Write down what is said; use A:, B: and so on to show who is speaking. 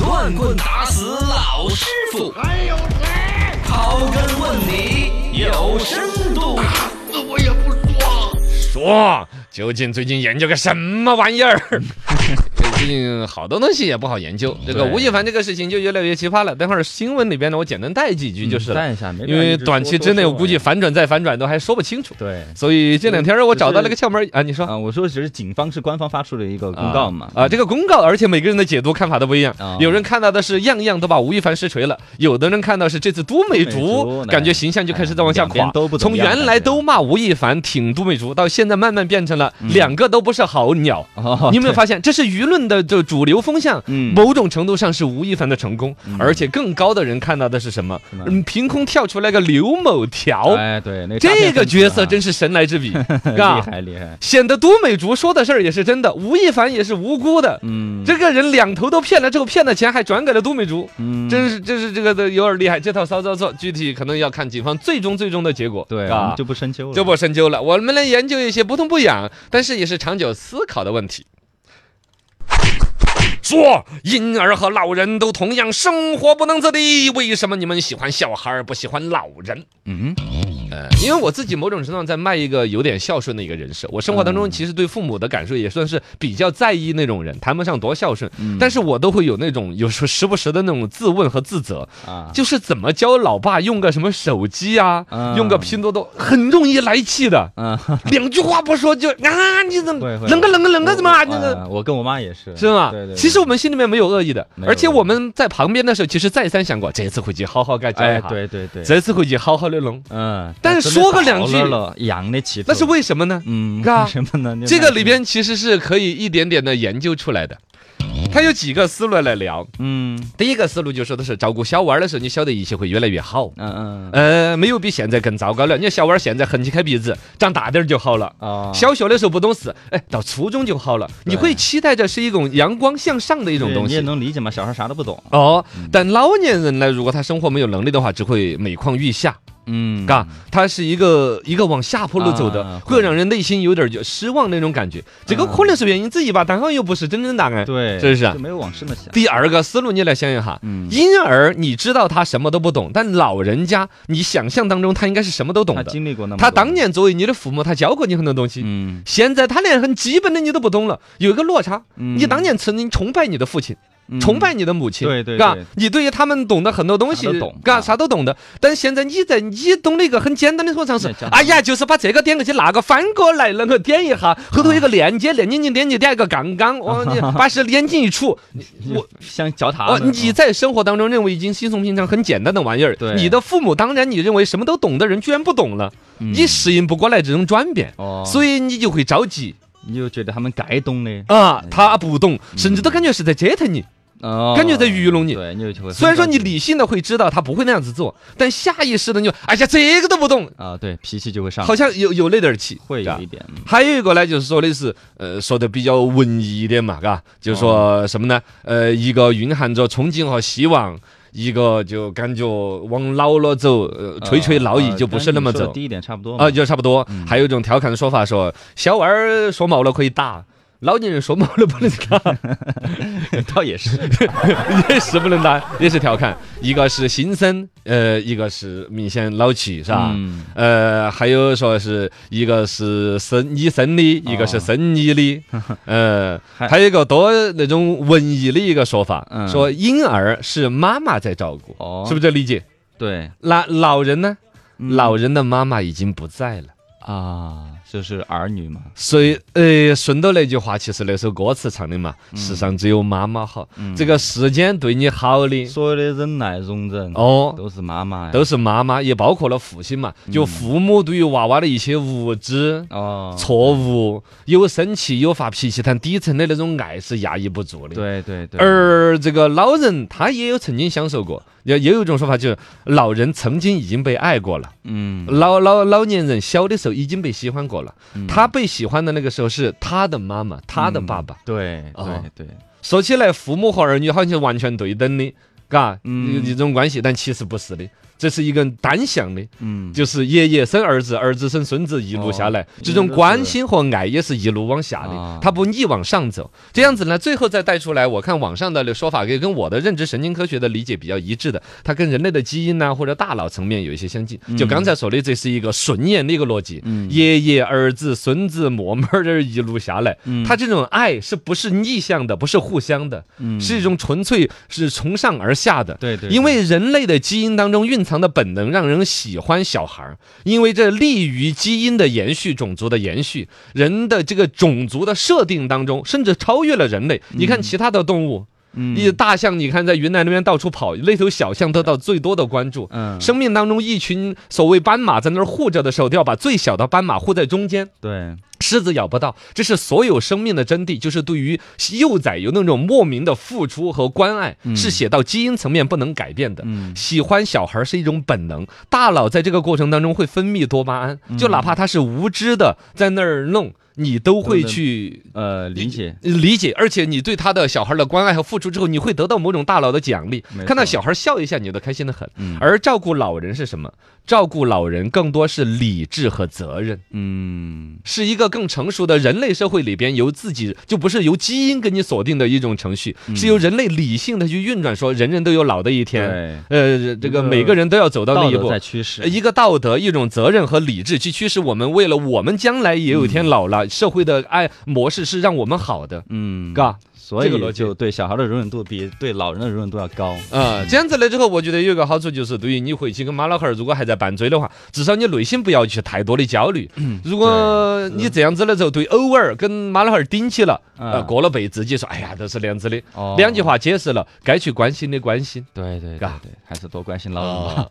A: 乱棍打死老师傅，
B: 还有谁？
A: 刨根问底有深度。
B: 死我也不说。
C: 说，究竟最近研究个什么玩意儿？ 最近好多东西也不好研究。这个
D: 对
C: 吴亦凡这个事情就越来越奇葩了。等会儿新闻里边呢，我简单嗯带几句就是了，
D: 淡一下，没必
C: 因
D: 要
C: 为
D: 一直
C: 短
D: 说
C: 期之内我估计
D: 说
C: 反转再反转都还说不清楚。
D: 这玩意儿
C: 所以这两天我找到了个窍门儿啊，你
D: 对
C: 说
D: 啊，我说只是警方是官方发出的一个公告嘛，
C: 啊，这个公告，而且每个人的解读看法都不一样
D: 啊。
C: 有人看到的是样样都把吴亦凡实锤了，有的人看到是这次都美
D: 都
C: 竹
D: 美竹，
C: 感觉形象就开始在往下
D: 哎两
C: 垮
D: 边都不。怎
C: 从
D: 么样
C: 原来都骂吴亦凡挺都美竹，到现在慢慢变成了两个都不是好鸟。
D: 嗯哦
C: 你有没有
D: 对
C: 发现，这是舆论的这主流风向？
D: 嗯
C: 某种程度上是吴亦凡的成功
D: 嗯，
C: 而且更高的人看到的是什么
D: 什么？
C: 嗯，凭空跳出来个刘某条，
D: 哎，对，那个诈骗
C: 这个
D: 分子
C: 角
D: 啊
C: 色真是神来 之笔，
D: 厉
C: 啊
D: 害厉害，
C: 显得都美竹说的事儿也是真的，吴亦凡也是无辜的。
D: 嗯，
C: 这个人两头都骗了之后，骗了钱还转给了都美竹，
D: 嗯
C: 真是真是这个的有点厉害。这套骚操作具体可能要看警方最终最终的结果，
D: 对，我
C: 啊
D: 们，就不深究了，
C: 就不深究了。我们来研究一些不痛不痒，但是也是长久思考的问题。说婴儿和老人都同样生活不能自理，为什么你们喜欢小孩儿不喜欢老人？
D: 嗯
C: 呃，因为我自己某种程度上在卖一个有点孝顺的一个人设。我生活当
D: 嗯
C: 中其实对父母的感受也算是比较在意那种人，谈不上多孝顺，
D: 嗯
C: 但是我都会有那种有时候时不时的那种自问和自责，
D: 啊，
C: 就是怎么教老爸用个什么手机啊，
D: 嗯
C: 用个拼多多，很容易来气的，
D: 嗯，
C: 两句话不说就啊，你怎么
D: 会会
C: 冷个冷个冷个怎么啊？
D: 我
C: 那个
D: 啊我跟我妈也是，
C: 是吗？
D: 对对对
C: 其实我们心里面没有恶意的，
D: 没有
C: 而且我们在旁边的时候，其实再三想过，这次回去好好该教一
D: 哎，
C: 下，
D: 对对对，
C: 这次回去好好的弄。
D: 嗯，
C: 但是说个两句
D: 养得起，
C: 那 是为什么呢？
D: 嗯，
C: 嘎
D: 为什么呢？就
C: 这个
D: 那
C: 里边其实是可以一点点的研究出来的。它有几个思路来聊。
D: 嗯
C: 第一个思路就说的是，照顾小娃儿的时候，你晓得一切会越来越好。
D: 嗯嗯
C: 呃，没有比现在更糟糕了。你看小娃儿现在横起开鼻子，长大点儿就好了。
D: 啊，
C: 小学的时候不懂事，哎，到初中就好了。你
D: 对
C: 会期待着是一种阳光向上的一种
D: 对
C: 东
D: 你也
C: 西。
D: 能理解嘛，小孩啥都不懂，
C: 哦，但老年人呢，如果他生活没有能力的话，只会每况愈下，
D: 嗯
C: 嘎，他是一个一个往下坡路走
D: 啊
C: 的，
D: 会
C: 会让人内心有点就失望那种感觉。这个可能是原因之一吧，但好像又不是真正答案。
D: 对，
C: 是不是啊
D: 就没有往深了想，
C: 第二个思路，你来想一下，
D: 嗯，
C: 婴儿你知道他什么都不懂，但老人家你想象当中他应该是什么都懂
D: 他
C: 的。
D: 经历过那么多，
C: 他当年作为你的父母，他教过你很多东西。
D: 嗯，
C: 现在他连很基本的你都不懂了，有一个落差。
D: 嗯
C: 你当年曾经崇拜你的父亲，
D: 嗯
C: 崇拜你的母亲，
D: 对对
C: 嘎
D: 对，
C: 你对于他们懂得很多东西
D: 啥都懂，
C: 嘎，
D: 啊
C: 啥都懂的。但现在你在你懂的一个很简单的说唱是
D: 那叫，
C: 哎呀，就是把这个点过去，那个翻过来，那个点一
D: 啊
C: 下，后头有个链接，链接你点你点一个杠 杠，哦，你把是连进一处，你我。
D: 像脚踏
C: 哦，
D: 的
C: 你在生活当中认为已经稀松平常、很简单的玩意儿
D: 对，
C: 你的父母当然你认为什么都懂的人居然不懂了，你适应不过来这种转变，
D: 嗯哦，
C: 所以你就会着急
D: 你就觉得他们该懂的，
C: 啊，他不懂，甚至都感觉是在折腾你，
D: 嗯哦，
C: 感觉在愚弄你。
D: 对，你就会很
C: 虽然说你
D: 着急
C: 理性的会知道他不会那样子做，但下意识的你就哎呀这个都不懂，
D: 啊，对，脾气就会上来，
C: 好像有有那点儿气，
D: 会
C: 是吧
D: 有一点，嗯
C: 还有一个呢，就是说的是，呃，说的比较文艺一点嘛，嘎，就
D: 哦
C: 说什么呢？呃，一个蕴含着憧憬和希望，一个就感觉往老了走，呃，垂垂老矣，
D: 呃
C: 就不是那么走
D: 跟你说的第一点差不多
C: 啊，
D: 嘛，
C: 就差不多。
D: 嗯
C: 还有一种调侃的说法说，小娃儿说毛了可以打。老年人说毛了不能 打，
D: 倒也是，
C: 也是不能打，也是调侃。一个是新生，呃，一个是明显老气，是吧？
D: 嗯
C: 呃，还有说是一个是生你生的，一个是
D: 哦
C: 生你 的，呃，
D: 还
C: 还有一个多那种文艺的一个说法，
D: 嗯
C: 说婴儿是妈妈在照顾，
D: 哦嗯
C: 是不是这理解？
D: 对
C: 那老人呢？老人的妈妈已经不在了，
D: 啊，就是儿女嘛，
C: 所以呃，顺到那句话，其实那首歌词唱的嘛，
D: 嗯
C: 世上只有妈妈好，这个世间对你好的
D: 所有的忍耐、容忍，
C: 哦。
D: 都是妈妈呀，
C: 都是妈妈，也包括了父亲嘛，
D: 嗯
C: 就父母对于娃娃的一些无知，
D: 哦，
C: 错误，有生气，有发脾气，但底层的那种爱是压抑不住的。。
D: 对对对，
C: 而这个老人他也有曾经享受过，也也有一种说法就是老人曾经已经被爱过了，
D: 嗯
C: 老老老年人小的时候已经被喜欢过了，他被喜欢的那个时候是他的妈
D: 嗯
C: 妈，他的爸爸。
D: 对
C: 哦
D: 对对，
C: 说起来，父母和儿女好像完全对等的，嘎，有
D: 嗯
C: 有这种关系，但其实不是的，这是一个单向的，
D: 嗯，哦
C: 就是爷爷生儿子，儿子生孙子，一路下来，这种关心和爱也是一路往下
D: 啊
C: 的，它不逆往上走。这样子呢，最后再带出来，我看网上的说法跟跟我的认知神经科学的理解比较一致的，它跟人类的基因呐、啊或者大脑层面有一些相近。
D: 嗯
C: 就刚才说的，这是一个顺延的一个逻辑，爷爷、儿子、孙子、默默儿一路下来，
D: 嗯
C: 它这种爱是不是逆向的，不是互相的，是一种纯粹是从上而下的。
D: 嗯对对对
C: 因为人类的基因当中蕴藏的本能让人喜欢小孩儿，因为这利于基因的延续、种族的延续。人的这个种族的设定当中，甚至超越了人类。你看其他的动物，
D: 嗯
C: 一大象，你看在云南那边到处跑，那头小象得到最多的关注。
D: 嗯
C: 生命当中，一群所谓斑马在那儿护着的时候，都要把最小的斑马护在中间，
D: 对，
C: 狮子咬不到，这是所有生命的真谛，就是对于幼崽有那种莫名的付出和关爱，是写到基因层面不能改变的。
D: 嗯
C: 喜欢小孩是一种本能，大脑在这个过程当中会分泌多巴胺，
D: 嗯
C: 就哪怕他是无知的在那儿弄，你都会
D: 都能
C: 去
D: 呃，理解，
C: 理解，而且你对他的小孩的关爱和付出之后，你会得到某种大脑的奖励
D: 没错。
C: 看到小孩笑一下，你都开心的很。
D: 嗯
C: 而照顾老人是什么？照顾老人更多是理智和责任，
D: 嗯
C: 是一个更成熟的人类社会里边由自己就不是由基因给你锁定的一种程序，
D: 嗯
C: 是由人类理性的去运转，说人人都有老的一天。
D: 对，
C: 呃，这
D: 一个
C: 个每个人都要走到那
D: 道
C: 一
D: 德
C: 步哎
D: 在。驱使，
C: 一个道德、一种责任和理智，去驱使我们为了我们将来也有一天老了，社会的爱模式是让我们好的，
D: 嗯，
C: 嘎、
D: 所
C: 这个
D: 以
C: 逻辑
D: 就对小孩的容忍度比对老人的容忍度要高。
C: 啊、这样子了之后，我觉得有一个好处就是，对于你回去跟妈老汉儿，如果还在拌嘴的话，至少你内心不要去太多的焦虑。如果你这样子了之后，对偶尔跟妈老汉儿顶起了，
D: 啊
C: 呃，过了辈子自己说，哎呀，都是那样子的
D: 哦，
C: 两句话解释了，该去关心的关心。
D: 对对
C: 嘎
D: 对，还是多关心老人吧。
C: 啊，